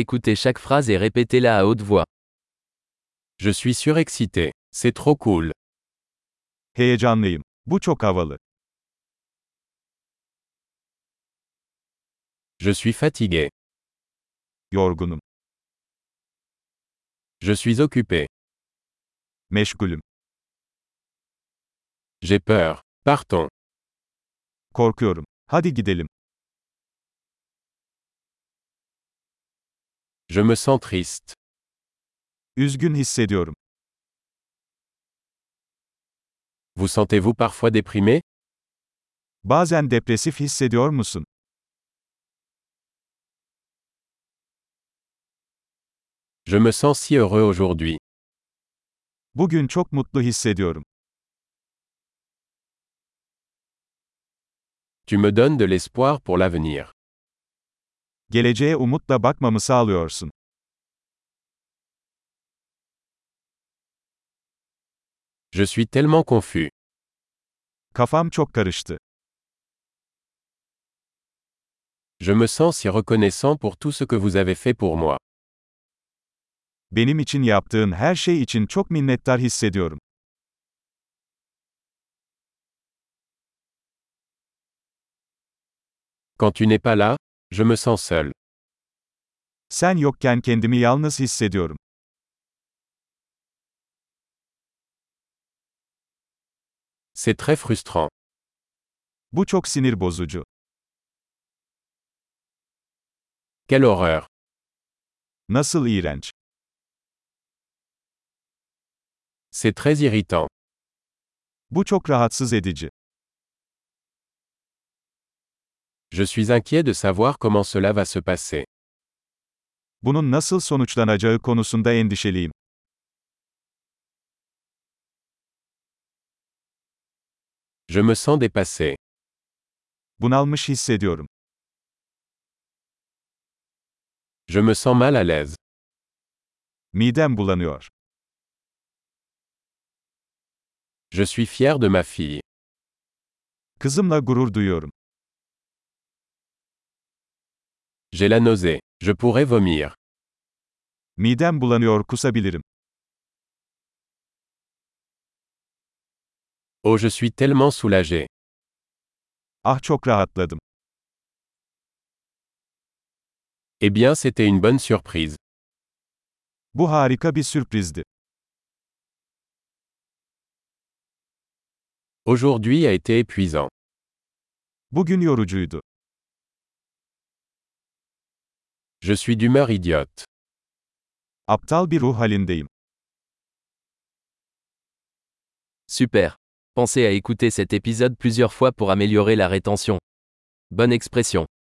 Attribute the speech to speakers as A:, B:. A: Écoutez chaque phrase et répétez-la à haute voix.
B: Je suis surexcité. C'est trop cool.
C: Heyecanlıyım. Bu çok havalı.
B: Je suis fatigué.
C: Yorgunum.
B: Je suis occupé.
C: Meşgulüm.
B: J'ai peur. Partons.
C: Korkuyorum. Hadi gidelim.
B: Je me sens triste.
C: Üzgün hissediyorum.
B: Vous sentez-vous parfois déprimé
C: Bazen depresif hissediyor musun?
B: Je me sens si heureux aujourd'hui.
C: Bugün çok mutlu hissediyorum.
B: Tu me donnes de l'espoir pour l'avenir.
C: Geleceğe umutla bakmamı sağlıyorsun.
B: Je suis tellement confus.
C: Kafam çok karıştı.
B: Je me sens si reconnaissant pour tout ce que vous avez fait pour moi.
C: Benim için yaptığın her şey için çok minnettar hissediyorum.
B: Quand tu n'es pas là, je me sens seul.
C: Sen yokken kendimi yalnız hissediyorum.
B: C'est très frustrant.
C: Bu çok sinir bozucu.
B: Quelle horreur.
C: Nasıl iğrenç.
B: C'est très irritant.
C: Bu çok rahatsız edici.
B: Je suis inquiet de savoir comment cela va se passer.
C: Bunun nasıl sonuçlanacağı konusunda endişeliyim.
B: Je me sens dépassé.
C: Bunalmış hissediyorum.
B: Je me sens mal à l'aise.
C: Midem bulanıyor.
B: Je suis fier de ma fille.
C: Kızımla gurur duyuyorum.
B: J'ai la nausée. Je pourrais vomir.
C: Midem bulanıyor kusabilirim.
B: Oh, je suis tellement soulagé.
C: Ah çok rahatladım.
B: Eh bien, c'était une bonne surprise.
C: Bu harika bir sürprizdi.
B: Aujourd'hui a été épuisant.
C: Bugün yorucuydu.
B: Je suis d'humeur idiote.
C: Aptal bir ruh halindeyim.
A: Super. Pensez à écouter cet épisode plusieurs fois pour améliorer la rétention. Bonne expression.